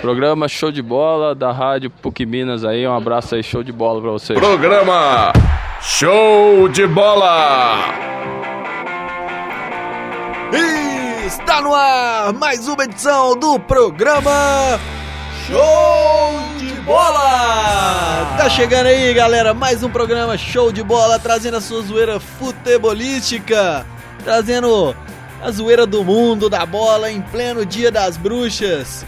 Programa Show de Bola da Rádio PUC Minas aí. Um abraço aí, show de bola pra vocês. Programa Show de Bola. Está no ar mais uma edição do programa Show de Bola! Tá chegando aí, galera, mais um programa Show de Bola, trazendo a sua zoeira futebolística, trazendo a zoeira do mundo da bola em pleno Dia das Bruxas.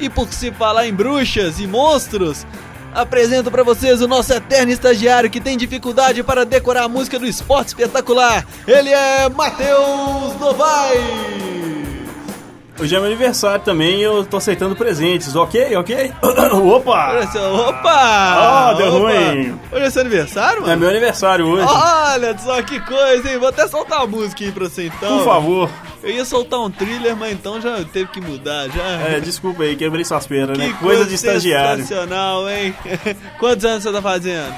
E por se falar em bruxas e monstros, apresento para vocês o nosso eterno estagiário que tem dificuldade para decorar a música do esporte espetacular. Ele é Matheus Novaes! Hoje é meu aniversário também e eu tô aceitando presentes, ok? Ok? Opa! Olha só, Opa! Ah, deu Opa! ruim. Hoje é seu aniversário, É mano? meu aniversário hoje. Oh, Olha só que coisa, hein? Vou até soltar a música aí pra você então. Por favor. Eu ia soltar um thriller, mas então já teve que mudar, já. É, desculpa aí, quebrei suas pernas, que né? Coisa de estagiário. sensacional, hein? Quantos anos você tá fazendo?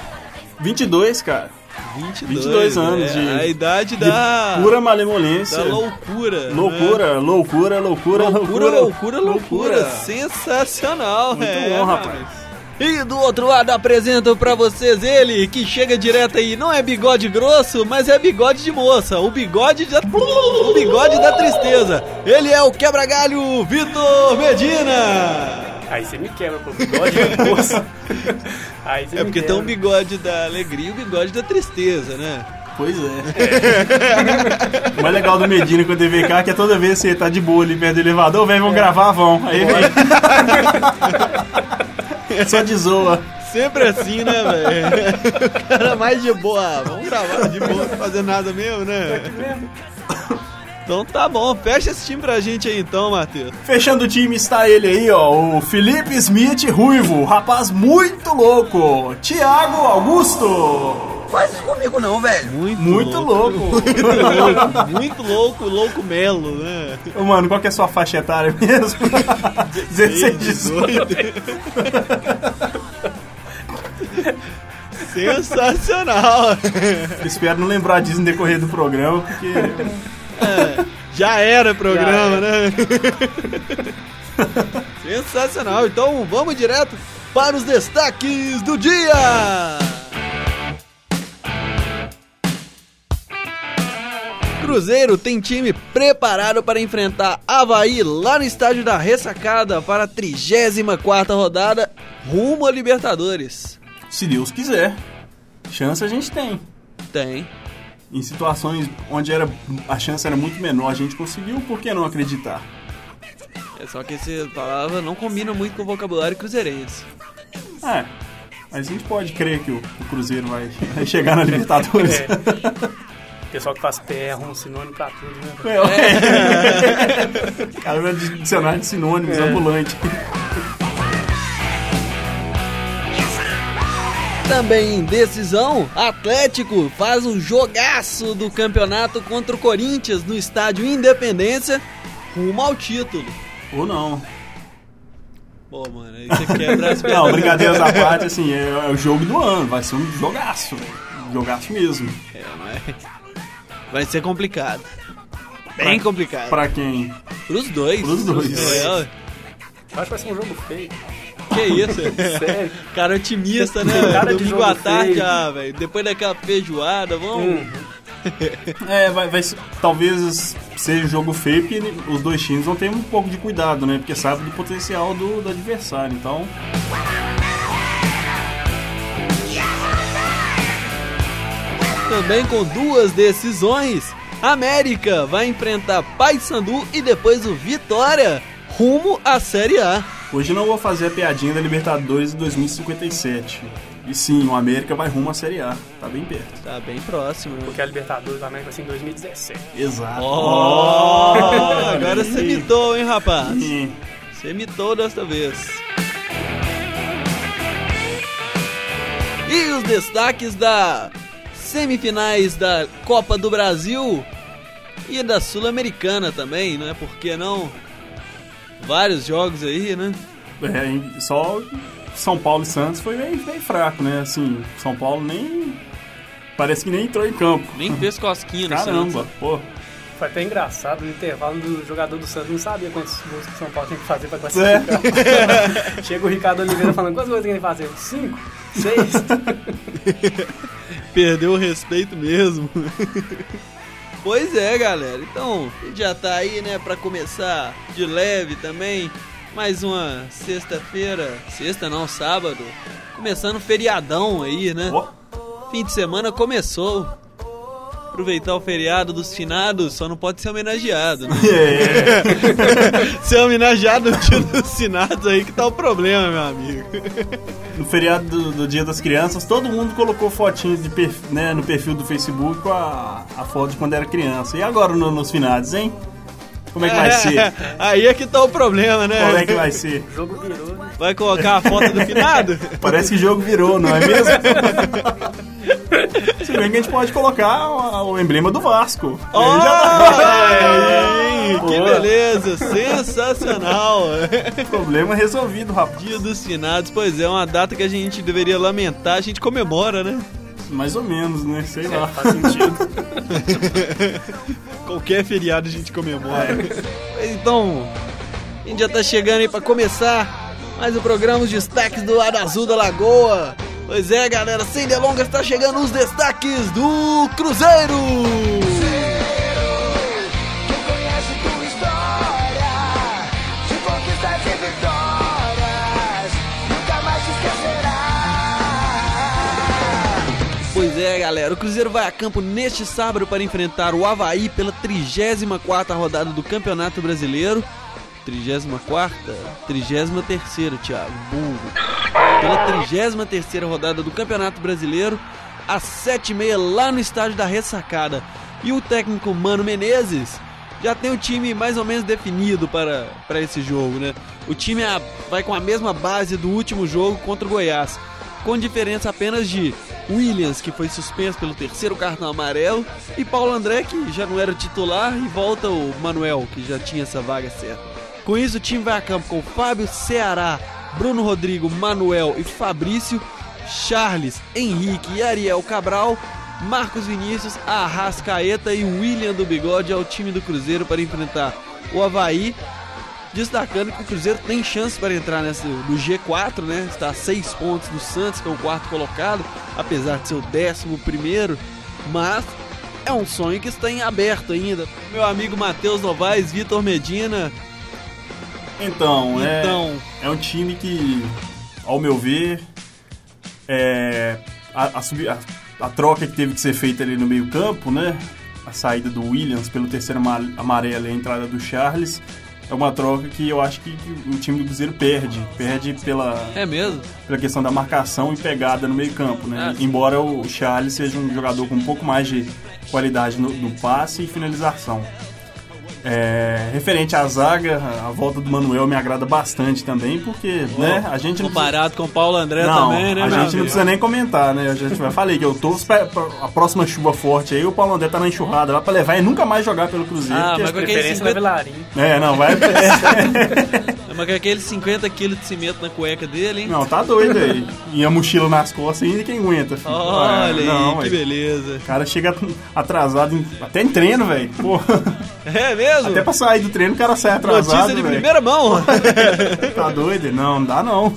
22, cara. 22, 22 anos né? de- A idade De da... pura malemolência. Da loucura. Tá né? Loucura, loucura, loucura, Loucura, loucura, loucura. Sim. Sensacional, Muito é, bom, rapaz. E do outro lado apresento pra vocês ele, que chega direto aí, não é bigode grosso, mas é bigode de moça, o bigode da, o bigode da tristeza. Ele é o quebra-galho Vitor Medina. É Aí você me quebra, pô. Bigode de moça. Aí você É me porque tem quebra. um bigode da alegria e o bigode da tristeza, né? Pois é. o mais legal do Medina com o DVK é que é toda vez que você tá de boa ali perto do elevador, vem, É. vão gravar, vão. Aí vem. Só de zoa. Sempre assim, né, velho? O cara mais de boa. Vamos gravar de boa, não fazer nada mesmo, né? Então tá bom, fecha esse time pra gente aí então, Matheus. Fechando o time está ele aí, ó, o Felipe Smith Ruivo, rapaz muito louco, Thiago Augusto. Muito, Muito louco. Muito louco, muito louco, louco melo, né? Ô, Mano, qual que é a sua faixa etária mesmo? 16, 18. Sensacional! Espero não lembrar disso no decorrer do programa, porque Já era programa, Já né? Sensacional. Então vamos direto para os destaques do dia. Cruzeiro tem time preparado para enfrentar Havaí lá no estádio da Ressacada para a 34 rodada rumo a Libertadores. se Deus quiser, chance a gente tem. Tem. Em situações onde era, a chance era muito menor, a gente conseguiu, por que não acreditar? É só que essa palavra não combina muito com o vocabulário cruzeirense. É, mas a gente pode crer que o, o Cruzeiro vai, vai chegar na um- Libertadores. É. Pessoal que faz terra, um sinônimo pra tudo, né? velho? Meu, Cara, de dicionário de sinônimos, ambulante. Também em decisão, Atlético faz um jogaço do campeonato contra o Corinthians no estádio Independência, rumo ao título. Ou não. Pô, mano, aí você quebra as Não, É, brincadeiras à parte, assim, é, é o jogo do ano, vai ser um jogaço. Um jogaço mesmo. É, mas... Vai ser complicado. Bem complicado. Pra quem. Pros dois. Pros dois. É, Eu acho que vai ser um jogo feio. que isso? Sério. Cara otimista, né? velho? Cara de Domingo jogo à tarde, feio. ah, velho. Depois daquela feijoada, vamos. É, vai, vai ser- Talvez seja um jogo feio, porque os dois times vão ter um pouco de cuidado, né? Porque sabe do potencial do, do adversário. Então, Também com duas decisões, América vai enfrentar Paysandu e depois o Vitória, rumo à Série A. hoje não vou fazer a piadinha da Libertadores de 2057. E sim, o América vai rumo à Série A. Tá bem perto. Tá bem próximo. né? Porque a Libertadores da América vai ser em 2017. Exato. Oh, agora você mitou, hein, rapaz? Sim. Você mitou desta vez. E os destaques da semifinais da Copa do Brasil e da Sul-Americana também, né? Por que não? Vários jogos aí, né? É, em- só São Paulo e Santos foi bem, bem fraco, né? Assim, São Paulo nem. Parece que nem entrou em campo. Nem fez cosquinha no Santos. Caramba, pô. Foi até engraçado, no intervalo do jogador do Santos não sabia quantos gols que o São Paulo tinha que fazer pra É. classificar. É. Chega o Ricardo Oliveira falando, quantos gols tem que fazer? Cinco? Seis? Perdeu o respeito mesmo. pois é, galera. Então, a gente já tá aí, né, pra começar de leve também. Mais uma sexta-feira. Sexta não, sábado. Começando o feriadão aí, né? Ó, Fim de semana começou. Aproveitar o feriado dos finados, só não pode ser homenageado, né? é, é. ser homenageado no dia dos finados aí que tá o problema, meu amigo. No feriado do, do Dia das Crianças, todo mundo colocou fotinhos de perfil, né, no perfil do Facebook com a, a foto de quando era criança. E agora no- nos finados, hein? Como é que vai ser? Aí é que tá o problema, né? Como é que vai ser? O jogo virou, né? Vai colocar a foto do finado? Parece que o jogo virou, não é mesmo? Se bem que a gente pode colocar o, o emblema do Vasco. Ele tá tá Ah! Olha aí, que Boa. beleza, sensacional. já- Problema resolvido, rapaz. Dia dos finados, pois é, uma data que a gente deveria lamentar, a gente comemora, né? Mais ou menos, né? Sei lá. Faz sentido. Qualquer feriado a gente comemora. Então, a gente já tá chegando aí pra começar mais um programa Os Destaques do Lado Azul da Lagoa. Pois é, galera, sem delongas, tá chegando os destaques do Cruzeiro. Quem conhece tua história De conquistas e vitórias Nunca mais te esquecerá Pois é, galera, o Cruzeiro vai a campo neste sábado para enfrentar o Havaí pela 34ª rodada do Campeonato Brasileiro. 34ª? 33ª, Thiago. Burro. Pela 33ª rodada do Campeonato Brasileiro, às 7h30 lá no estádio da Ressacada. E o técnico Mano Menezes já tem o time mais ou menos definido para, para esse jogo, né? O time é a- vai com a mesma base do último jogo contra o Goiás, com diferença apenas de Williams, que foi suspenso pelo terceiro cartão amarelo, e Paulo André, que já não era o titular, e volta o Manuel, que já tinha essa vaga certa. Com isso, o time vai a campo com Fábio Ceará, Bruno Rodrigo, Manuel e Fabrício, Charles, Henrique e Ariel Cabral, Marcos Vinícius, Arrascaeta e William do Bigode ao time do Cruzeiro para enfrentar o Havaí. Destacando que o Cruzeiro tem chance para entrar nessa, no G4, né? Está a seis pontos do Santos, que é o quarto colocado, apesar de ser o décimo primeiro. Mas é um sonho que está em aberto ainda. Meu amigo Matheus Novaes, Vitor Medina, Então, é- então, é, um time que, ao meu ver, é, a, a subi- a- a troca que teve que ser feita ali no meio-campo, né? A saída do Williams pelo terceiro ama- amarelo e a entrada do Charles. É uma troca que eu acho que o time do Cruzeiro perde. Perde pela, é mesmo? pela questão da marcação e pegada no meio campo, né? Embora o Charles seja um jogador com um pouco mais de qualidade no, no passe e finalização. É, referente à zaga, a volta do Manuel me agrada bastante também, porque né, a gente não precisa, Comparado com o Paulo André não, também, né, meu a gente não amigo? precisa nem comentar, né? A gente vai falei que eu torço pra, pra a próxima chuva forte aí, o Paulo André tá na enxurrada lá pra levar e nunca mais jogar pelo Cruzeiro. Ah, porque- mas com aqueles Preferência da 50, Vilarinho. É, não, vai. É, mas com aqueles 50 quilos de cimento na cueca dele, hein? não, tá doido aí. E a mochila nas costas ainda quem aguenta. filho. Olha Ah, não, aí, que velho. beleza. O cara chega atrasado em- até em treino, velho. Pô, É mesmo? Até pra sair do treino o cara sai atrasado. Notícia de velho. primeira mão. Tá doido? Não, não dá não.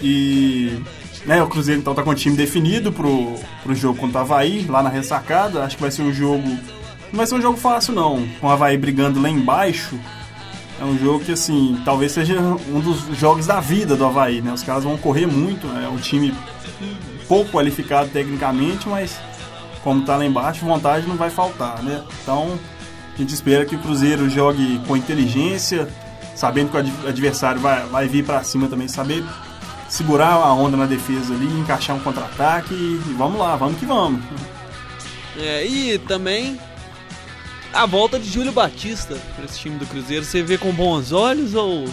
E. Né, o Cruzeiro então tá com o time definido pro, pro jogo contra o Havaí, lá na ressacada. Acho que vai ser um jogo. Não vai ser um jogo fácil, não. Com o Havaí brigando lá embaixo. É um jogo que, assim, talvez seja um dos jogos da vida do Havaí, né? Os caras vão correr muito, né? é um time pouco qualificado tecnicamente, mas como tá lá embaixo, vontade não vai faltar, né? Então, a gente espera que o Cruzeiro jogue com inteligência, sabendo que o ad- adversário vai, vai vir pra cima também, saber segurar a onda na defesa ali, encaixar um contra-ataque e, e vamos lá, vamos que vamos. É, e também a volta de Júlio Batista pra esse time do Cruzeiro. Você vê com bons olhos ou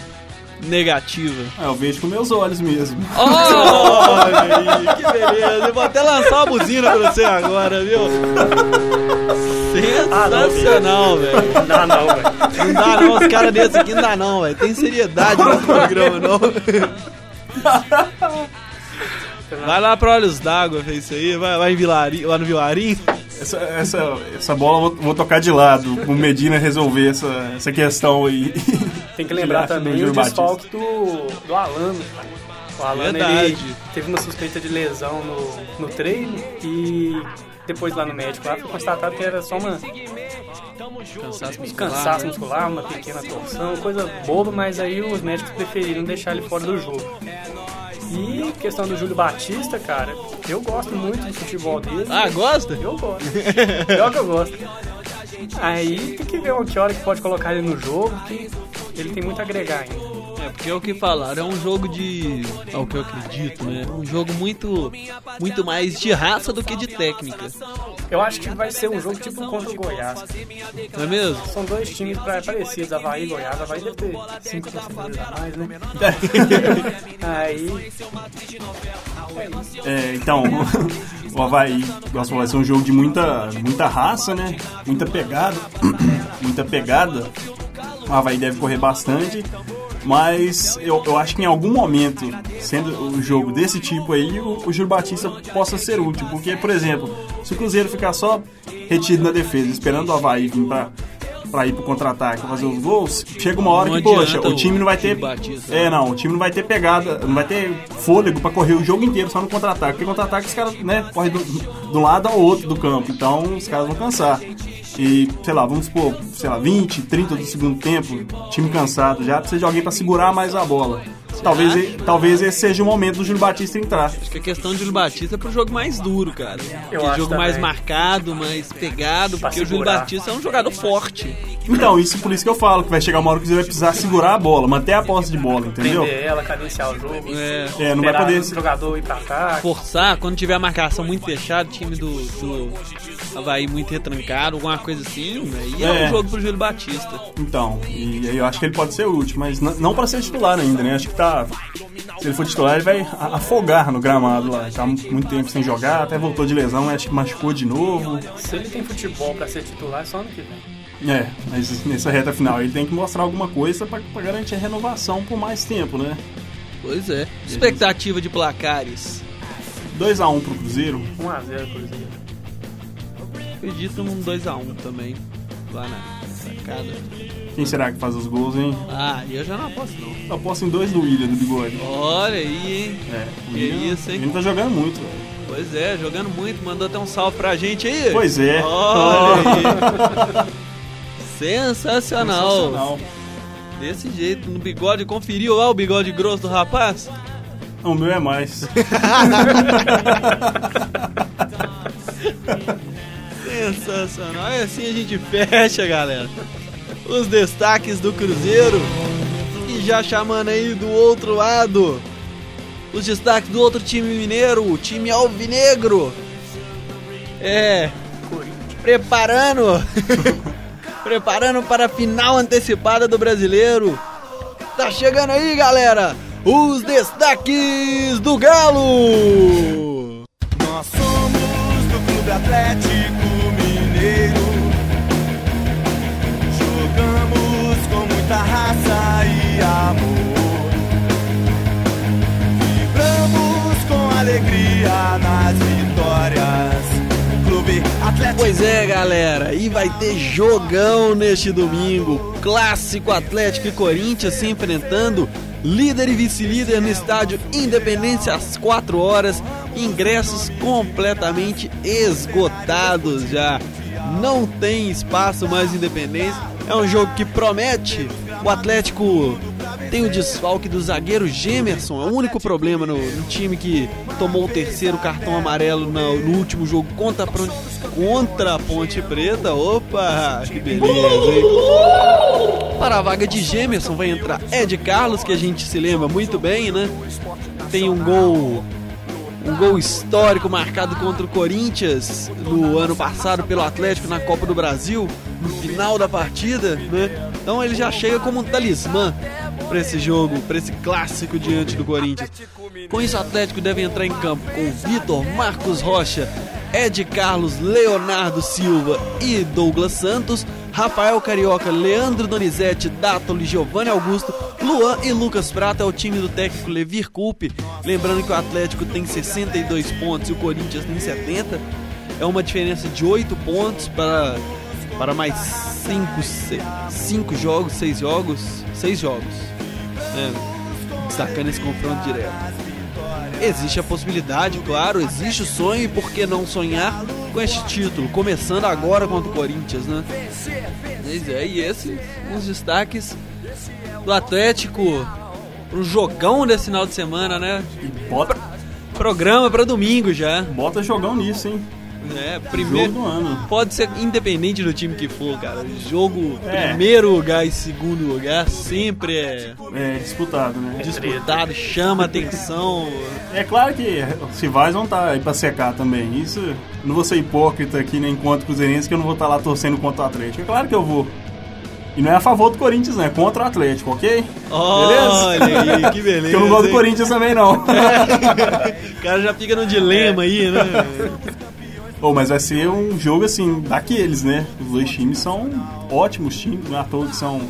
negativa? Ah, eu vejo com meus olhos mesmo. Olha aí, que beleza. Eu vou até lançar uma buzina pra você agora, viu? Ah, Sensacional, velho. Não dá não, velho. Não dá não, os caras desses aqui não dá não, velho. Tem seriedade no programa, não. Vai lá pra Olhos d'Água ver isso aí, vai, vai em Vilari, lá no Vilarim. Essa, essa, essa bola eu vou, vou tocar de lado, o Medina resolver essa, essa questão aí. Tem que lembrar Diacho do também o Júlio Batista. desfalque do, do Alano. cara. O Alano Verdade. ele teve uma suspeita de lesão no, no treino e depois lá no médico lá foi constatado que era só uma Cansaço muscular. né? cansaço muscular, uma pequena torção, coisa boba, mas aí os médicos preferiram deixar ele fora do jogo. E questão do Júlio Batista, cara, eu gosto muito do futebol dele. Ah, gosta? Eu gosto. Pior que eu gosto. Aí tem que ver que hora que pode colocar ele no jogo, que ele tem muito a agregar ainda. É, porque é o que falaram, é um jogo de. Ao que eu acredito, né? Um jogo muito. Muito mais de raça do que de técnica. Eu acho que vai ser um jogo tipo contra o Goiás. Não é mesmo? São dois times pra- parecidos, Havaí e Goiás. Havaí deve ter cinco torcedores a mais, né? Aí, É, então, o Havaí, igual você falou, vai ser um jogo de muita, muita raça, né? Muita pegada. muita pegada. O Havaí deve correr bastante. Mas eu, eu acho que em algum momento, sendo um jogo desse tipo aí, o, o Júlio Batista possa ser útil. Porque, por exemplo, se o Cruzeiro ficar só retido na defesa, esperando o Havaí vir pra, pra ir pro contra-ataque, fazer os gols, chega uma hora Não que, poxa, adianta o time não vai o Júlio ter. Batista. É, não, o time não vai ter pegada, não vai ter fôlego pra correr o jogo inteiro só no contra-ataque. Porque contra-ataque os caras, né, correm do, do lado ao outro do campo, então os caras vão cansar. E, sei lá, vamos supor, sei lá, 20, 30 do segundo tempo, time cansado já, precisa de alguém pra segurar mais a bola. Talvez, e- talvez esse seja o momento do Júlio Batista entrar. Acho que a questão de Júlio Batista é pro jogo mais duro, cara. Eu Que acho jogo mais também. marcado, mais pegado, Pra porque o Júlio segurar. Batista é um jogador forte. Então, isso por isso que eu falo, que vai chegar uma hora que você vai precisar segurar a bola, manter a posse de bola, entendeu? prender ela, cadenciar o jogo. É. É, não vai esperar poder. o jogador ir pra cá. Forçar, quando tiver a marcação muito fechada, o time do, do Havaí muito retrancado, alguma coisa assim, aí é, É. um jogo pro Júlio Batista. Então, e aí eu acho que ele pode ser útil, mas n- não pra ser titular ainda, né? Acho que tá. Se ele for titular, ele vai a- afogar no gramado lá. Ele Tá mu- muito tempo sem jogar, até voltou de lesão, mas acho que machucou de novo. Se ele tem futebol pra ser titular, é só ano que vem. É, mas nessa reta final ele tem que mostrar alguma coisa pra, pra garantir a renovação por mais tempo, né? Pois é. Expectativa de placares. 2x1 pro Cruzeiro. 1x0, por exemplo. Acredito num 2x1 também. Lá na sacada. Quem será que faz os gols, hein? Ah, eu já não aposto não. Eu aposto em dois do William, do Bigode. Olha aí, hein? É, Que o Willian- isso, hein? o Willian tá jogando muito, velho. Pois é, jogando muito, mandou até um salve pra gente aí. Pois é. Olha aí. Sensacional. Sensacional. Desse jeito, no bigode, conferiu lá o bigode grosso do rapaz? O meu é mais. Sensacional. E assim a gente fecha, galera. Os destaques do Cruzeiro. E já chamando aí do outro lado. Os destaques do outro time mineiro, o time alvinegro. É. Preparando. preparando para a final antecipada do brasileiro. Tá chegando aí, galera. Os destaques do Galo. Nós somos do Clube Atlético Mineiro. Jogamos com muita raça e amor. Vibramos com alegria nas vitórias. Clube Atlético. Pois é, galera, e vai ter jogão neste domingo. Clássico Atlético e Corinthians se enfrentando, líder e vice-líder no estádio Independência às 4 horas. Ingressos completamente esgotados já. Não tem espaço mais Independência. É um jogo que promete. O Atlético tem o desfalque do zagueiro Gemerson, é o único problema no, no time que tomou o terceiro cartão amarelo na- no, último jogo contra a, Pron- contra a Ponte Preta. Opa, que beleza, hein? Para a vaga de Gemerson vai entrar Ed Carlos, que a gente se lembra muito bem, né? Tem um gol um gol histórico marcado contra o Corinthians no ano passado pelo Atlético na Copa do Brasil, no final da partida, né? Então ele já chega como um talismã para esse jogo, para esse clássico diante do Corinthians. Com isso, o Atlético deve entrar em campo com Vitor, Marcos Rocha, Ed Carlos, Leonardo Silva e Douglas Santos, Rafael Carioca, Leandro Donizete, Dátoli, Giovanni Augusto, Luan e Lucas Prata é o time do técnico Levir Culpe. Lembrando que o Atlético tem 62 pontos e o Corinthians tem 70. É uma diferença de 8 pontos para, para mais 5, 5 jogos, 6 jogos, 6 jogos. Né? Destacando esse confronto direto. Existe a possibilidade, claro, existe o sonho e por que não sonhar com este título, começando agora contra o Corinthians, né? Pois é, e esses os destaques do Atlético, um jogão desse final de semana, né? E bota, Programa pra domingo já, bota jogão nisso, hein? né? Jogo Primeiro do ano. pode ser independente do time que for, cara. Jogo É. primeiro lugar e segundo lugar sempre é É disputado, né? disputado, chama atenção. É claro que os rivais vão estar aí pra secar também. Isso, não vou ser hipócrita aqui nem contra o Cruzeirense, que eu não vou estar lá torcendo contra o Atlético. É claro que eu vou. E não é a favor do Corinthians, né? É Contra o Atlético, ok? Olha aí, que beleza. Porque eu não gosto do hein? Corinthians também, não. O cara já fica num dilema aí, É. né? Oh, mas vai ser um jogo assim, daqueles, né? Os dois times são ótimos times, não é à toa que são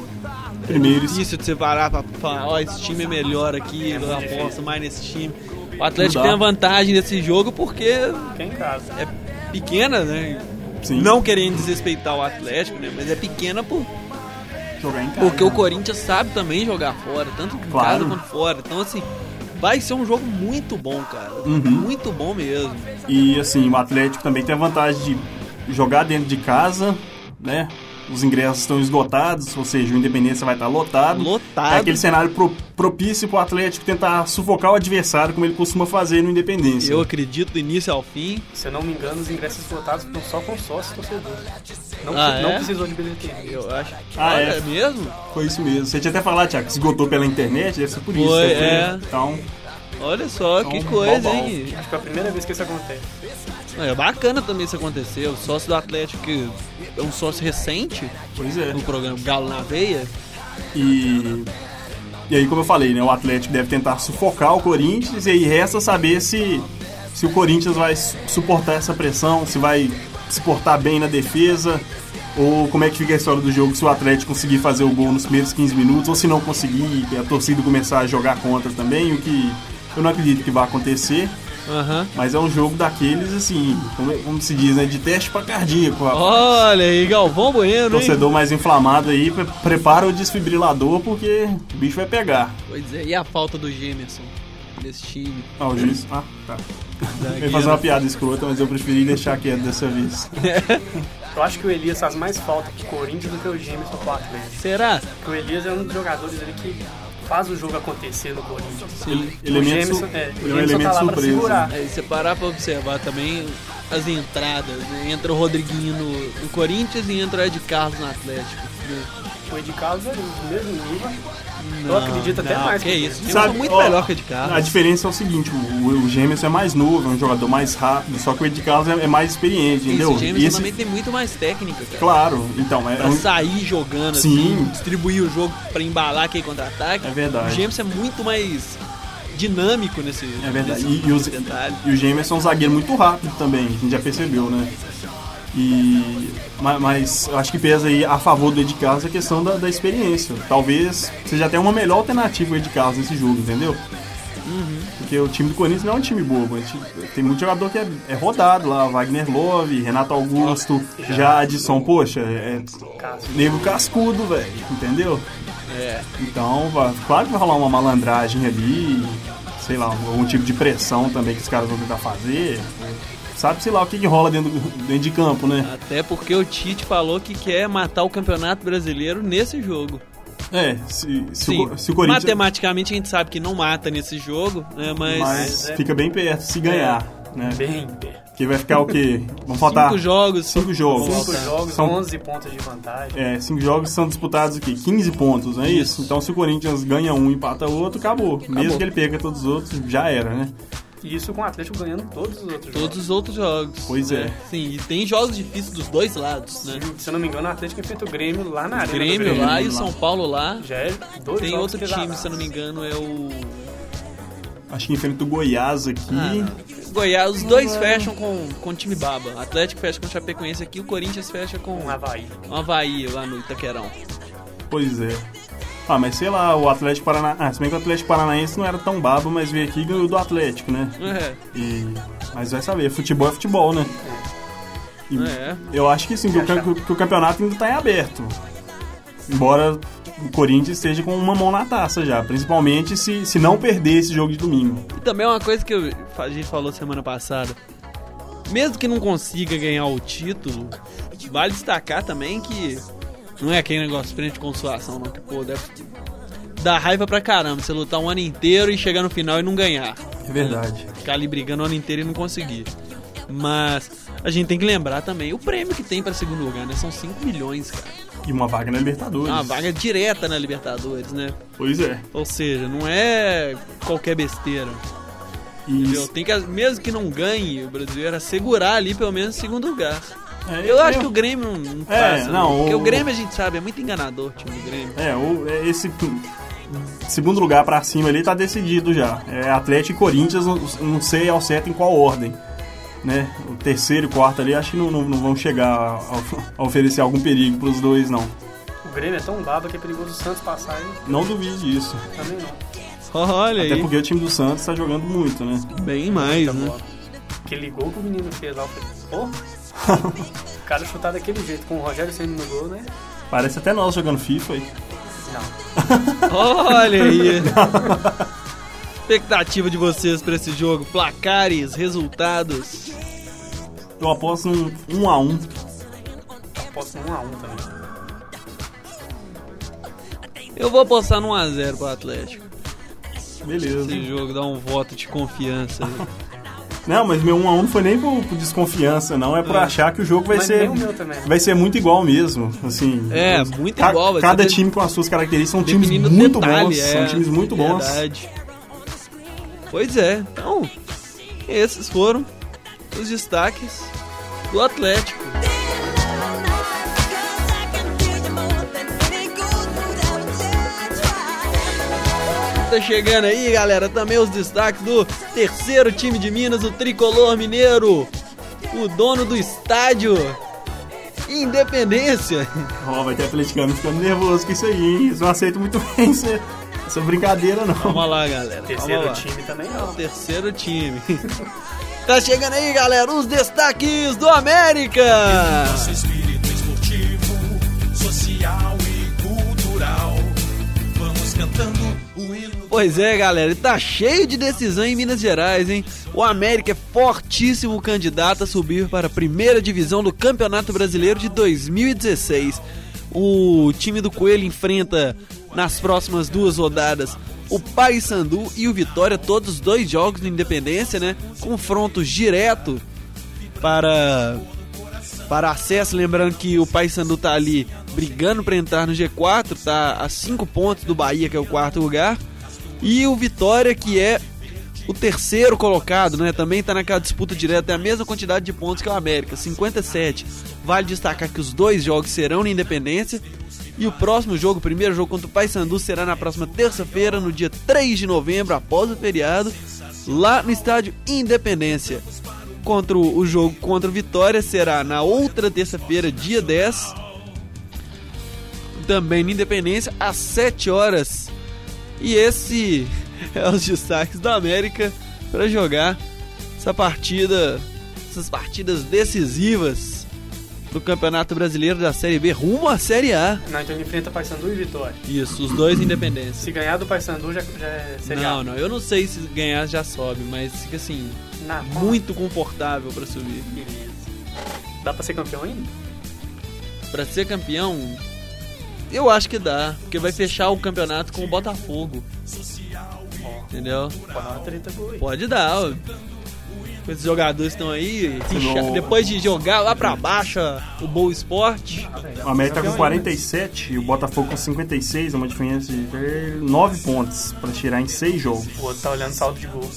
primeiros. difícil de você parar pra falar, ó, esse time é melhor aqui, eu aposto mais nesse time. O Atlético Não dá. tem a vantagem nesse jogo porque Fica em casa. é pequena, né? Sim, Não querendo desrespeitar o Atlético, né? Mas é pequena por, jogar em casa. porque o Corinthians sabe também jogar fora, tanto em Claro. casa quanto fora. Então, assim, vai ser um jogo muito bom, cara. Uhum. Muito bom mesmo. E assim, o Atlético também tem a vantagem de jogar dentro de casa, né? Os ingressos estão esgotados, ou seja, o Independência vai estar lotado. Lotado. É aquele cenário pro- propício pro Atlético tentar sufocar o adversário, como ele costuma fazer no Independência. Eu acredito do início ao fim. Se eu não me engano, os ingressos esgotados estão só com sócio e torcedor. Não, Ah, não é? precisou de bilheteria. Eu acho. Ah, Olha, é. mesmo? Foi isso mesmo. Você tinha até falado, Thiago, que esgotou pela internet, deve ser por isso. Foi, né? é. Então, Olha só, que Então, coisa, bom, bom. hein? Acho que é a primeira vez que isso acontece. É bacana também isso acontecer. O sócio do Atlético que é um sócio recente pois é. no programa Galo na Veia. E, e aí, como eu falei, né, o Atlético deve tentar sufocar o Corinthians e aí resta saber se, se o Corinthians vai su- suportar essa pressão, se vai se portar bem na defesa, ou como é que fica a história do jogo se o Atlético conseguir fazer o gol nos primeiros 15 minutos, ou se não conseguir e a torcida começar a jogar contra também, o que eu não acredito que vai acontecer. Aham. Mas é um jogo daqueles, assim, como, como se diz, né? De teste pra cardíaco. Olha aí, Galvão Bueno, hein? Torcedor mais inflamado aí, pre- prepara o desfibrilador porque o bicho vai pegar. Pois é, e a falta do Gemerson desse time? Ah, o juiz. Ah, tá. Eu ia Zagueiro. fazer uma piada escrota, mas eu preferi deixar quieto dessa vez. Eu acho que o Elias faz mais falta pro Corinthians do que o Gêmeos pro Atlético. Será? Porque o Elias é um dos jogadores ali que faz o jogo acontecer no Corinthians. Sim. o Elemento Gêmeos, su- é, o ele é um Gêmeos só elemento tá lá pra surpresa. segurar. Aí você parar pra observar também as entradas, né? Entra o Rodriguinho no, no Corinthians e entra o Ed Carlos no Atlético. né? O Ed Carlos é o mesmo nível. eu acredito até não, mais. Que o isso, Corinthians. eu sou Sabe- um muito ó, melhor que o Ed A Carlos. diferença é o seguinte: o, o Gêmeos é mais novo, é um jogador mais rápido, só que o Ed Carlos é, é mais experiente, entendeu? Esse Gemerson E esse- também tá- tem muito mais técnica, cara. Claro, então, é, Pra um- sair jogando, Sim. assim, distribuir o jogo pra embalar aquele contra-ataque. É verdade. O James é muito mais dinâmico nesse, é verdade. nesse E, e, os, detalhe. e o Gêmeos é um zagueiro muito rápido também, a gente já percebeu, né? E, ma- mas eu acho que pesa aí a favor do Ed Carlos a questão da, da experiência. Talvez seja até uma melhor alternativa o Ed Carlos nesse jogo, entendeu? Porque o time do Corinthians não é um time bobo. a gente- Tem muito jogador que é, é rodado lá. Wagner Love, Renato Augusto, Jadson. Poxa, é Casco. nego cascudo, velho. Entendeu? Então, va- claro que vai rolar uma malandragem ali. Sei lá, algum tipo de pressão também que os caras vão tentar fazer. Sabe, sei lá, o que, que rola dentro, do- dentro de campo, né? Até porque o Tite falou que quer matar o Campeonato Brasileiro nesse jogo. É, se, se, Sim, o, se o Corinthians. matematicamente a gente sabe que não mata nesse jogo, né, mas... Mas é- fica bem perto se ganhar, né? um Bem perto. Porque vai ficar o quê? Vão faltar. Cinco jogos. cinco jogos. Vamos Cinco voltar. jogos, São- 11 pontos de vantagem. É, cinco jogos são disputados aqui, 15 pontos, não é isso? Então se o Corinthians ganha um e empata outro, acabou. Mesmo que ele perca todos os outros, já era, né? E isso com o Atlético ganhando todos os outros Todos jogos. os outros jogos. né. Pois é. Sim, e tem jogos difíceis dos dois lados, né? Se eu não me engano, o Atlético enfrenta o Grêmio lá na O Arena. do Grêmio lá e o lá. São Paulo lá. Já é dois Tem jogos outro time, pesados. se eu não me engano, é o... Acho que enfrenta o Goiás aqui. Ah, Goiás, os dois fecham com, com time baba. Atlético fecha com Chapecoense aqui, o Corinthians fecha com Um Havaí. o Havaí lá no Itaquerão. Pois é. Ah, mas sei lá, o Atlético Paranaense. Ah, se bem que o Atlético Paranaense não era tão babo, mas veio aqui e ganhou do Atlético, né? É, E... Mas vai saber, futebol é futebol, né? E É. Eu acho que sim, que o, cam- que o campeonato ainda tá em aberto. Embora o Corinthians esteja com uma mão na taça já, principalmente se, se não perder esse jogo de domingo. E também é uma coisa que eu- a gente falou semana passada. Mesmo que não consiga ganhar o título, vale destacar também que não é aquele negócio de frente de consolação, não. Que, pô, deve dar raiva pra caramba você lutar um ano inteiro e chegar no final e não ganhar. É verdade. Ficar ali brigando o ano inteiro e não conseguir. Mas a gente tem que lembrar também o prêmio que tem pra segundo lugar, né? São 5 milhões, cara. E uma vaga na Libertadores. É uma vaga direta na Libertadores, né? Pois é. Ou seja, não é qualquer besteira. E, Entendeu? Tem que, mesmo que não ganhe, o brasileiro assegurar ali pelo menos o segundo lugar. é, Eu acho que o Grêmio não- não passa. né? não, Porque o- o Grêmio a gente sabe, é muito enganador o time do Grêmio. É, o, é esse segundo lugar pra cima ali tá decidido já. É Atlético e Corinthians, não, não sei ao certo em qual ordem. Né? O terceiro e quarto ali acho que não, não, não vão chegar a, a oferecer algum perigo pros dois, não. O Grêmio é tão baba que é perigoso o Santos passar e Não duvide disso. também não. Olha Até porque o time do Santos tá jogando muito, né? bem mais, né? Aquele gol que o menino fez lá, eu falei, pô, o cara chutar daquele jeito, com o Rogério Senna no gol, né? Parece até nós jogando FIFA aí. Não. Olha aí. Expectativa de vocês pra esse jogo, placares, resultados. Eu aposto um 1 um a 1 um. Posso um a um também. Eu vou apostar no 1x0 pro Atlético. Beleza. Esse jogo dá um voto de confiança. né? Não, mas meu 1 um a 1 um não foi nem por, por desconfiança, não. É por achar que o jogo vai Mas ser nem o meu também. vai ser muito igual mesmo, assim. É, os- muito ca- igual, vai Cada ser de- time com as suas características são times Definindo muito detalhe, bons, são é, times muito bons. Verdade. Pois é, então, esses foram os destaques do Atlético. Tá chegando aí, galera, também os destaques do terceiro time de Minas, o Tricolor Mineiro, o dono do estádio, Independência. Ó, vai ter atleticano ficando nervoso com isso aí, hein? Eles não aceitam muito bem essa, essa brincadeira, não. Vamos lá, galera. Terceiro vamos lá. time também não. Terceiro time. tá chegando aí, galera, os destaques do América. espírito esportivo, social e cultural. Vamos cantando o hino. Pois é, galera, e tá cheio de decisão em Minas Gerais, hein? O América é fortíssimo candidato a subir para a primeira divisão do Campeonato Brasileiro de 2016. O time do Coelho enfrenta nas próximas duas rodadas o Paysandu e o Vitória, todos os dois jogos do Independência, né? Confrontos direto para para acesso, lembrando que o Paysandu tá ali brigando para entrar no G4, tá a 5 pontos do Bahia, que é o quarto lugar, e o Vitória, que é o terceiro colocado, né? Também tá naquela disputa direta, é a mesma quantidade de pontos que o América, 57. Vale destacar que os dois jogos serão na Independência. E o próximo jogo, o primeiro jogo contra o Paysandu, será na próxima terça-feira, no dia 3 de novembro, após o feriado, lá no estádio Independência contra o, o jogo contra o Vitória será na outra terça-feira, dia 10. Também na Independência, às 7 horas. E esse é os destaques da América para jogar essa partida, essas partidas decisivas do Campeonato Brasileiro da Série B rumo à Série A. Não, então ele enfrenta Paysandu e Vitória. Isso, os dois Independência. Se ganhar do Paysandu já, já é Série Não, A. não, eu não sei se ganhar já sobe, mas fica assim, Na mão. muito confortável para subir. Dá pra ser campeão ainda? Pra ser campeão, eu acho que dá, porque vai fechar o campeonato com o Botafogo. Entendeu? Pode dar é uma treta boa aí. Pode dar. ó. Com Esses jogadores estão aí, Não. incha- depois de jogar lá pra baixo ó, o Boa Esporte, O América tá com 47 e o Botafogo com 56, é uma diferença de 9 pontos pra tirar em 6 jogos. O outro tá olhando saldo de gol.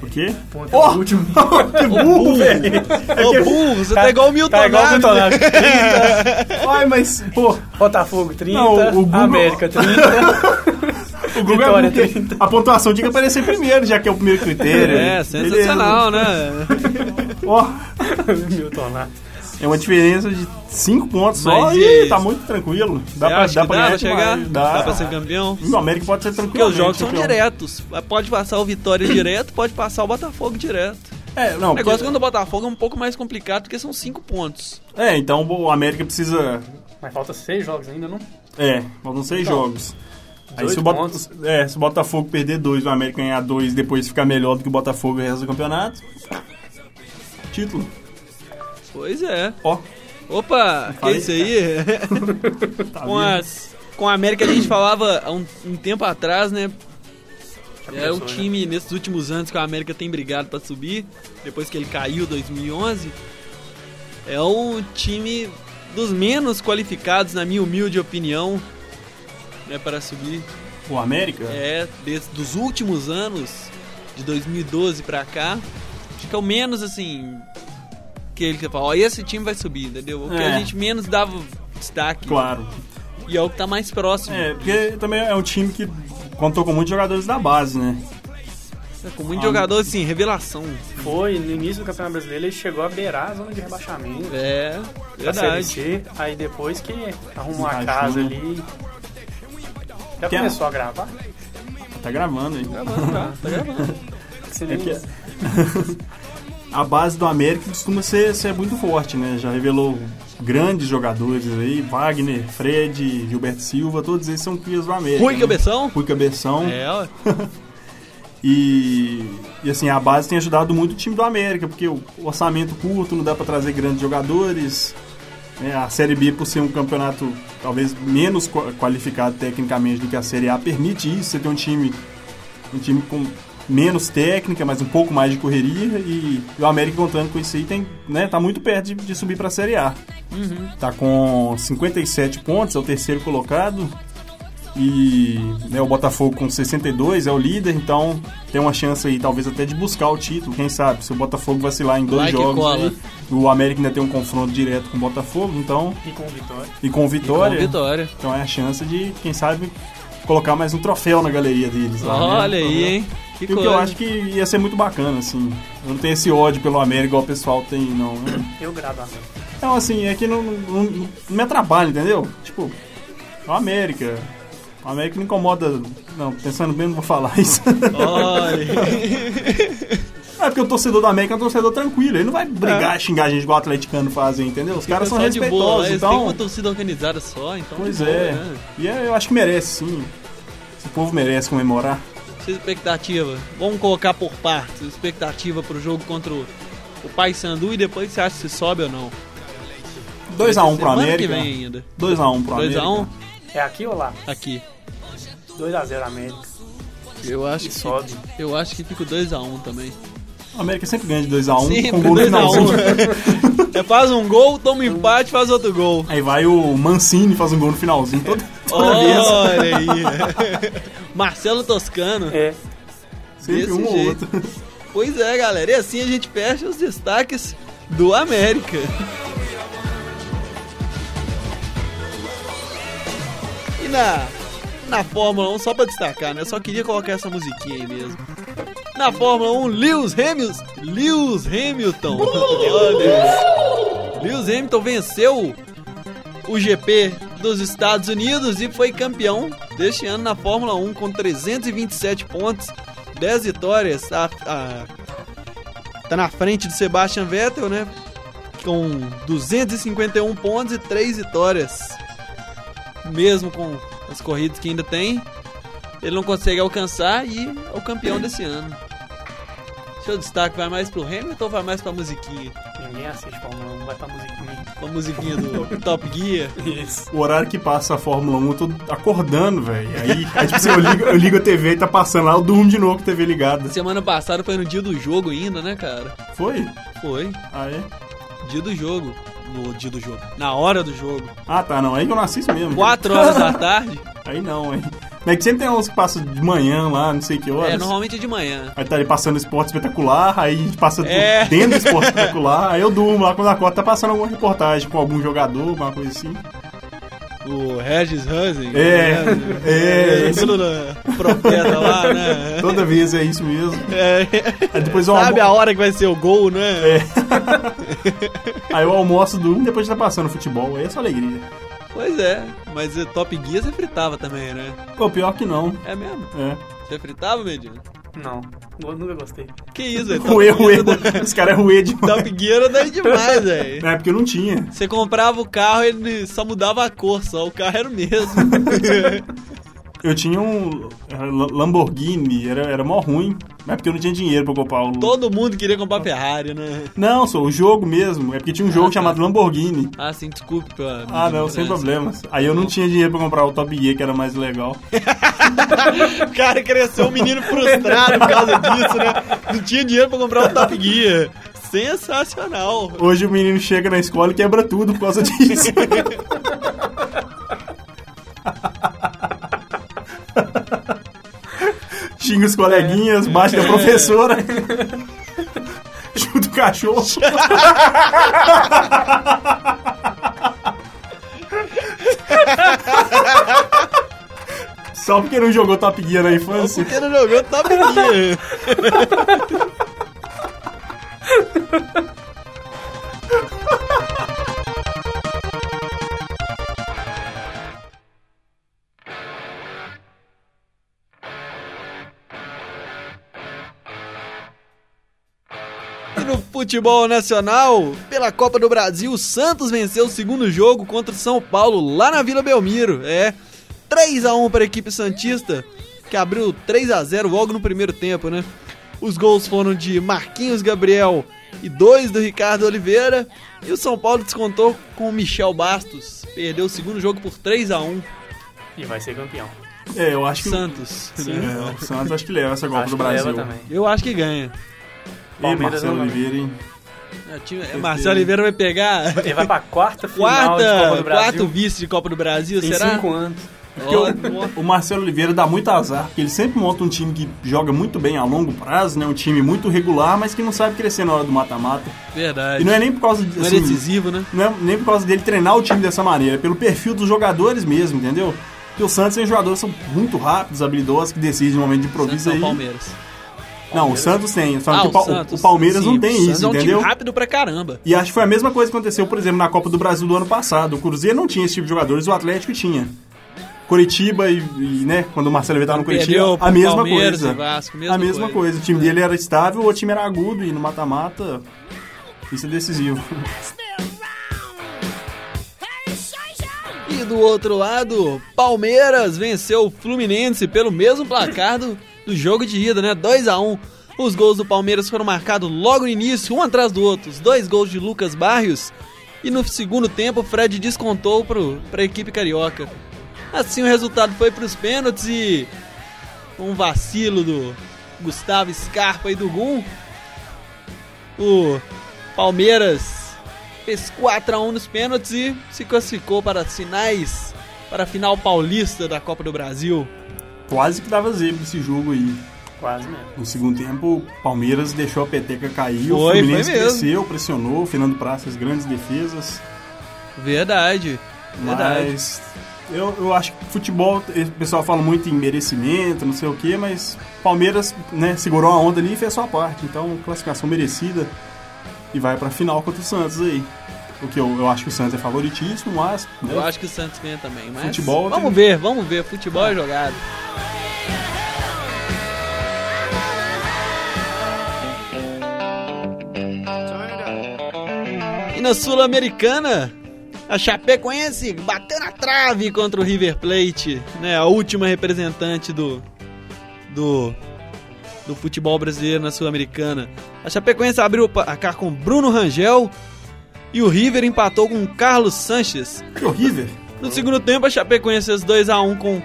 Por quê? Ponto é o último. o burro, o burro, você tá, igual o Milton Tá igual Naves, o Milton né? Naves. Ai, mas, pô, Botafogo 30, Não, o Google- América 30. o Google Vitória, é bom, porque A pontuação tinha que aparecer primeiro, já que é o primeiro critério. É, Beleza. sensacional, né? Ó, Milton Naves. É uma diferença de 5 pontos só Mas e, e- tá muito tranquilo. Dá Você pra, acha dá que pra dá ganhar pra chegar? demais. Dá, Dá. pra ser campeão? E O América pode ser Porque tranquilo. os jogos são diretos. Pode passar o Vitória direto, pode passar o Botafogo direto. É, não, O negócio porque- quando o Botafogo é um pouco mais complicado, porque são cinco pontos. é, então o América precisa. Mas falta seis jogos ainda, não? É, faltam seis Então, jogos. Aí se o, Dois Bota- pontos. é, se o Botafogo perder dois, o América ganhar dois depois ficar melhor do que o Botafogo e o resto do campeonato. Título. Pois é. Ó, Opa, que falei, isso aí? tá com, vendo? as, com a América a gente falava há um, um tempo atrás, né? É o time nesses últimos anos que a América tem brigado pra subir, depois que ele caiu em 2011. É um time dos menos qualificados, na minha humilde opinião, né, para subir. O América? É, des- dos últimos anos, de 2012 pra cá, acho que é o menos assim. Que ele que fala, ó, esse time vai subir, entendeu? O que a É. gente menos dava destaque. Claro. E é o que tá mais próximo. É, porque também é um time que contou com muitos jogadores da base, né? Com muito jogador, assim, revelação. Foi, no início do Campeonato Brasileiro ele chegou a beirar a zona de rebaixamento. É, da Série verdade. C, aí depois que arrumou Encaixou, a casa né? ali. Já Tem a- começou a gravar? Tá gravando aí. Tá gravando. Você É nem- que a base do América costuma ser, ser muito forte, né? Já revelou grandes jogadores aí, Wagner, Fred, Gilberto Silva, todos eles são crias do América. Rui né? Cabeção? Rui Cabeção. É, ó. E, e assim, a base tem ajudado muito o time do América, porque o orçamento curto, não dá pra trazer grandes jogadores. né? a Série B, por ser um campeonato talvez menos qua- qualificado tecnicamente do que a Série A, permite isso. Você tem um time, um time com menos técnica, mas um pouco mais de correria. E, o América contando com isso aí, tem, né, tá muito perto de, de subir pra Série A. Tá com 57 pontos, é o terceiro colocado. E né, o Botafogo com 62 é o líder, então tem uma chance aí, talvez até de buscar o título. Quem sabe? Se o Botafogo vacilar em dois Vai que jogos, cola. aí, o América ainda tem um confronto direto com o Botafogo, então E com o Vitória. e com o Vitória. Com vitória. Então é a chance de, quem sabe, colocar mais um troféu na galeria deles. lá, né? Olha aí, hein? Que E o que coisa. eu acho que ia ser muito bacana, assim. Eu não tenho esse ódio pelo América igual o pessoal tem, não. né? Eu gravo a mão. Então, assim, é que não, não- não me atrapalha, entendeu? Tipo, o América. O América não incomoda. Não, pensando bem, não vou falar isso. Olha aí. é porque o torcedor do América é um torcedor tranquilo. Ele não vai brigar, xingar a gente igual o atleticano fazem, entendeu? Os caras são É. Pessoal de boa, respeitosos, eles têm então. uma torcida organizada só, então. Pois de boa, é. né? E é, eu acho que merece, sim. Esse povo merece comemorar. Sua expectativa. Vamos colocar por partes. Expectativa pro jogo contra o, o Paysandu e depois você acha se sobe ou não. 2x1 pro Semana que América. vem um? ainda. 2x1 pro América. 2x1 É aqui ou lá? aqui. 2x0 América. Eu acho E que sobe. eu acho que fica 2x1 também. O América sempre ganha de 2x1 com Sempre gol no 2x1. finalzinho. Você faz um gol, toma um empate, faz outro gol. Aí vai o Mancini faz um gol no finalzinho. Toda, É, toda vez. Olha aí. Marcelo Toscano. É. Sempre desse um ou jeito. outro. Pois é, galera. E assim a gente fecha os destaques do América. E na, na Fórmula 1, só pra destacar, né? Eu só queria colocar essa musiquinha aí mesmo. Na Fórmula 1, Lewis Hamilton. Lewis Hamilton. Olha. Lewis Hamilton venceu o GP dos Estados Unidos e foi campeão deste ano na Fórmula 1 com 327 pontos, 10 vitórias. A- a- tá na frente de Sebastian Vettel, né? Com 251 pontos e 3 vitórias. Mesmo com as corridas que ainda tem, ele não consegue alcançar e é o campeão desse ano. Seu destaque vai mais pro Hamilton ou vai mais pra musiquinha? Ninguém assiste Fórmula 1, vai pra musiquinha. Pra musiquinha do Top Gear? Isso. O horário que passa a Fórmula 1, eu tô acordando, velho. Aí, aí, tipo assim, eu ligo, eu ligo a TV e tá passando lá, eu durmo de novo com a TV ligada. Semana passada foi no dia do jogo ainda, né, cara? Foi? Foi. Ah, é? Dia do jogo. No dia do jogo. Na hora do jogo. Ah, tá, não. Aí que eu não assisto mesmo. 4 horas da tarde. Aí não, hein? Mas é que sempre tem uns que passam de manhã lá, não sei que horas. É, normalmente é de manhã. Aí tá ali passando esporte espetacular, aí a gente passa do- É. dentro do esporte espetacular, aí eu durmo lá quando acordo, tá passando alguma reportagem com algum jogador, alguma coisa assim. o Regis Hansen. É, né? é, Ele isso. tudo na- Profeta lá, né? Toda vez é isso mesmo. É. Aí depois eu Sabe almo- a hora que vai ser o gol, É. né? Aí eu almoço do um, depois tá passando futebol. Aí é só alegria. Pois é. Mas o Top Gear você fritava também, né? Pô, pior que não. É mesmo? É. Você fritava, Mediano? Não, eu nunca gostei. Que isso, velho? Top Ruê, Gear ruê. da- Os caras é ruê demais. Top Gear era daí demais, velho. Na época eu não tinha. Você comprava o carro, ele só mudava a cor, só o carro era o mesmo. Eu tinha um era L- Lamborghini, era, era mó ruim. Não é porque eu não tinha dinheiro pra comprar o. Todo mundo queria comprar Ferrari, né? Não, só o jogo mesmo. É porque tinha um jogo chamado Lamborghini. Ah, sim, desculpe pela. Ah, não, sem problemas. Aí eu não tinha dinheiro pra comprar o Top Gear, que era mais legal. O cara cresceu um menino frustrado por causa disso, né? Não tinha dinheiro pra comprar um Top Gear. Sensacional. Hoje o menino chega na escola e quebra tudo por causa disso. Xinga os coleguinhas, É. bate na professora. Chuta o cachorro. Só porque não jogou Top Gear na infância. Você não jogou Top Gear. E no Futebol nacional, pela Copa do Brasil, o Santos venceu o segundo jogo contra o São Paulo lá na Vila Belmiro. É 3 a 1 para a equipe santista, que abriu 3 a 0 logo no primeiro tempo, né? Os gols foram de Marquinhos Gabriel e dois do Ricardo Oliveira, e o São Paulo descontou com o Michel Bastos. Perdeu o segundo jogo por 3 a 1 E vai ser campeão. É, eu acho que. Santos. né? É, o Santos acho que leva essa Copa Acho do que leva Brasil. também. Eu acho que ganha. E Palmeiras Marcelo não leva. Oliveira, hein? É, time- é, Marcelo Oliveira vai pegar Ele vai pra quarta final de Copa quarta, do Brasil. quarto vice de Copa do Brasil, Tem será? cinco anos. Porque o, o Marcelo Oliveira dá muito azar, porque ele sempre monta um time que joga muito bem a longo prazo, né? Um time muito regular, mas que não sabe crescer na hora do mata-mata. Verdade. E não é nem por causa de, Não é assim, decisivo, né? não é nem por causa dele treinar o time dessa maneira, é pelo perfil dos jogadores mesmo, entendeu? Porque o Santos tem jogadores que são muito rápidos, habilidosos, que decidem no momento de Santos improviso ou aí. Palmeiras. Não, o Santos tem, só Ah, que o, Pa- Santos, o Palmeiras sim, não tem o Santos isso, é um entendeu? time rápido pra caramba. E acho que foi a mesma coisa que aconteceu, por exemplo, na Copa do Brasil do ano passado. O Cruzeiro não tinha esse tipo de jogadores, o Atlético tinha. Coritiba e, e, né, quando o Marcelo Vettel no Perdeu Coritiba, a pro mesma Palmeiras e coisa. Vasco, mesma a mesma coisa. É. coisa. O time dele era estável, o outro time era agudo e no mata-mata isso é decisivo. E do outro lado, Palmeiras venceu o Fluminense pelo mesmo placar do, do jogo de ida, né? 2 a 1 Os gols do Palmeiras foram marcados logo no início, um atrás do outro. Os dois gols de Lucas Barrios. E no segundo tempo, o Fred descontou pro, pra equipe carioca. Assim, o resultado foi pros pênaltis e. Um vacilo do Gustavo Scarpa e do Gum. O Palmeiras fez 4x1 nos pênaltis e se classificou para as finais, para a final paulista da Copa do Brasil. Quase que dava zebra esse jogo aí. Quase mesmo. No segundo tempo, o Palmeiras deixou a peteca cair, o Foi, Fluminense foi mesmo. cresceu, pressionou, o Fernando Praça, as grandes defesas. Verdade. Verdade. Mas eu, eu acho que futebol, o pessoal fala muito em merecimento, não sei o quê, mas Palmeiras né, segurou a onda ali e fez a sua parte. Então, classificação merecida e vai pra final contra o Santos aí. O que eu, eu acho que o Santos é favoritíssimo, mas. né, Eu acho que o Santos ganha também, mas Futebol vamos tem- ver, vamos ver. Futebol é jogado. E na Sul-Americana, a Chapecoense bateu na trave contra o River Plate, né? A última representante do do do futebol brasileiro na Sul-Americana. A Chapecoense abriu o placar com Bruno Rangel e o River empatou com Carlos Sanches. Que horrível. No segundo tempo, a Chapecoense fez 2x1 com,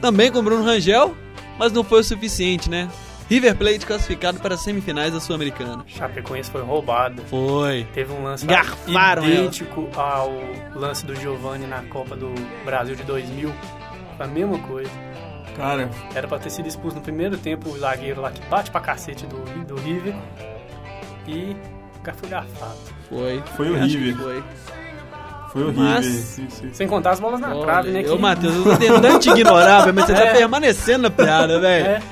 também com Bruno Rangel, mas não foi o suficiente, né? River Plate classificado para as semifinais da Sul-Americana. Chapecoense foi roubada. Foi. Teve um lance Garfaram ela. idêntico ao lance do Giovanni na Copa do Brasil de 2000. Foi a mesma coisa. Cara, Era pra ter sido expulso no primeiro tempo o zagueiro lá que bate pra cacete do, do River. E o cara foi garfado. Foi. Foi o Acho River. que Foi. Foi horrível. Mas- esse- esse- Sem contar as bolas na trave, né? Ô, que- Matheus, eu tô tentando te ignorar, velho, mas você tá É. permanecendo na piada, velho. É.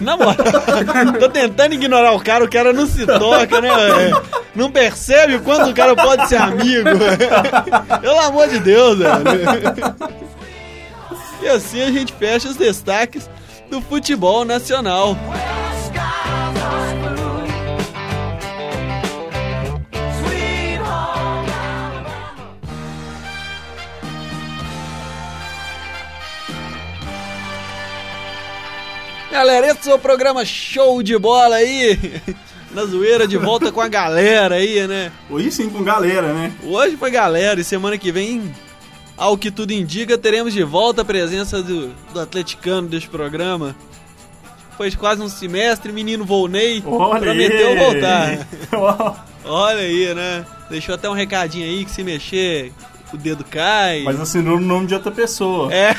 Na moral, tô tentando ignorar o cara, o cara não se toca, né, velho? Não percebe o quanto o cara pode ser amigo. velho. Pelo amor de Deus, velho. E assim a gente fecha os destaques do futebol nacional. Galera, esse é o programa Show de Bola aí. Na zoeira, de volta com a galera aí, né? Hoje sim, com galera, né? Hoje foi galera e semana que vem, ao que tudo indica, teremos de volta a presença do, do atleticano deste programa. Foi quase um semestre, menino Volney Olha prometeu aí. voltar. Ó, Olha aí, né? Deixou até um recadinho aí que se mexer, o dedo cai. Mas assinou no nome de outra pessoa. É.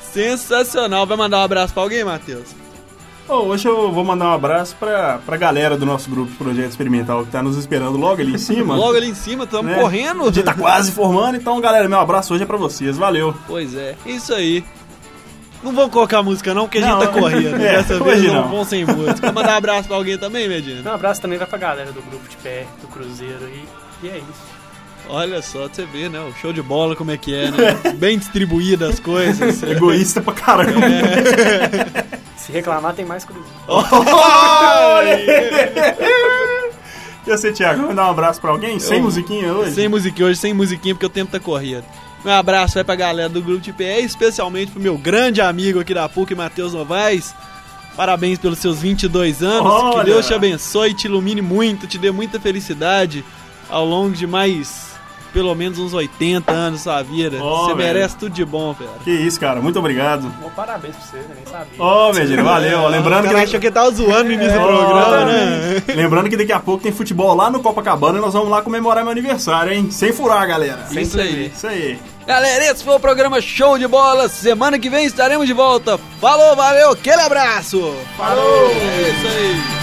Sensacional. Vai mandar um abraço pra alguém, Matheus? Ô, hoje eu vou mandar um abraço pra, pra galera do nosso grupo de projeto experimental que tá nos esperando logo ali em cima. Logo ali em cima, estamos né? correndo. O dia tá quase formando, então, galera, meu abraço hoje é pra vocês. Valeu. Pois é, isso aí. Não vamos colocar música não, porque a gente Não, tá correndo. é, Dessa vez hoje não, não. vão sem música. Quer mandar um abraço pra alguém também, Medina? Um abraço também vai pra galera do grupo de pé, do Cruzeiro e, e é isso. Olha só, pra você vê, né? O show de bola como é que é, né? Bem distribuída as coisas. Egoísta pra caramba. É. Se reclamar, tem mais Cruzeiro. E você, Thiago, vai mandar um abraço pra alguém? Sem musiquinha hoje? Sem musiquinha hoje, sem musiquinha, porque o tempo tá correndo. Meu abraço vai pra galera do grupo de PE, especialmente pro meu grande amigo aqui da PUC, Matheus Novaes. Parabéns pelos seus 22 anos. Olha! Que Deus te abençoe, te ilumine muito, te dê muita felicidade ao longo de mais, pelo menos uns 80 anos da sua vida. Ó, Você velho. merece tudo de bom, velho. Que isso, cara. Muito obrigado. Bom, parabéns pra você, eu nem sabia. Ô, meu gente, valeu. Ela Lembrando que... É, É, achou que ele tava zoando no início do programa, né? Lembrando que daqui a pouco tem futebol lá no Copacabana e nós vamos lá comemorar meu aniversário, hein? Sem furar, galera. Isso aí. Isso aí. Galera, esse foi o programa Show de Bola. Semana que vem estaremos de volta. Falou, valeu, aquele abraço. Falou. É isso aí.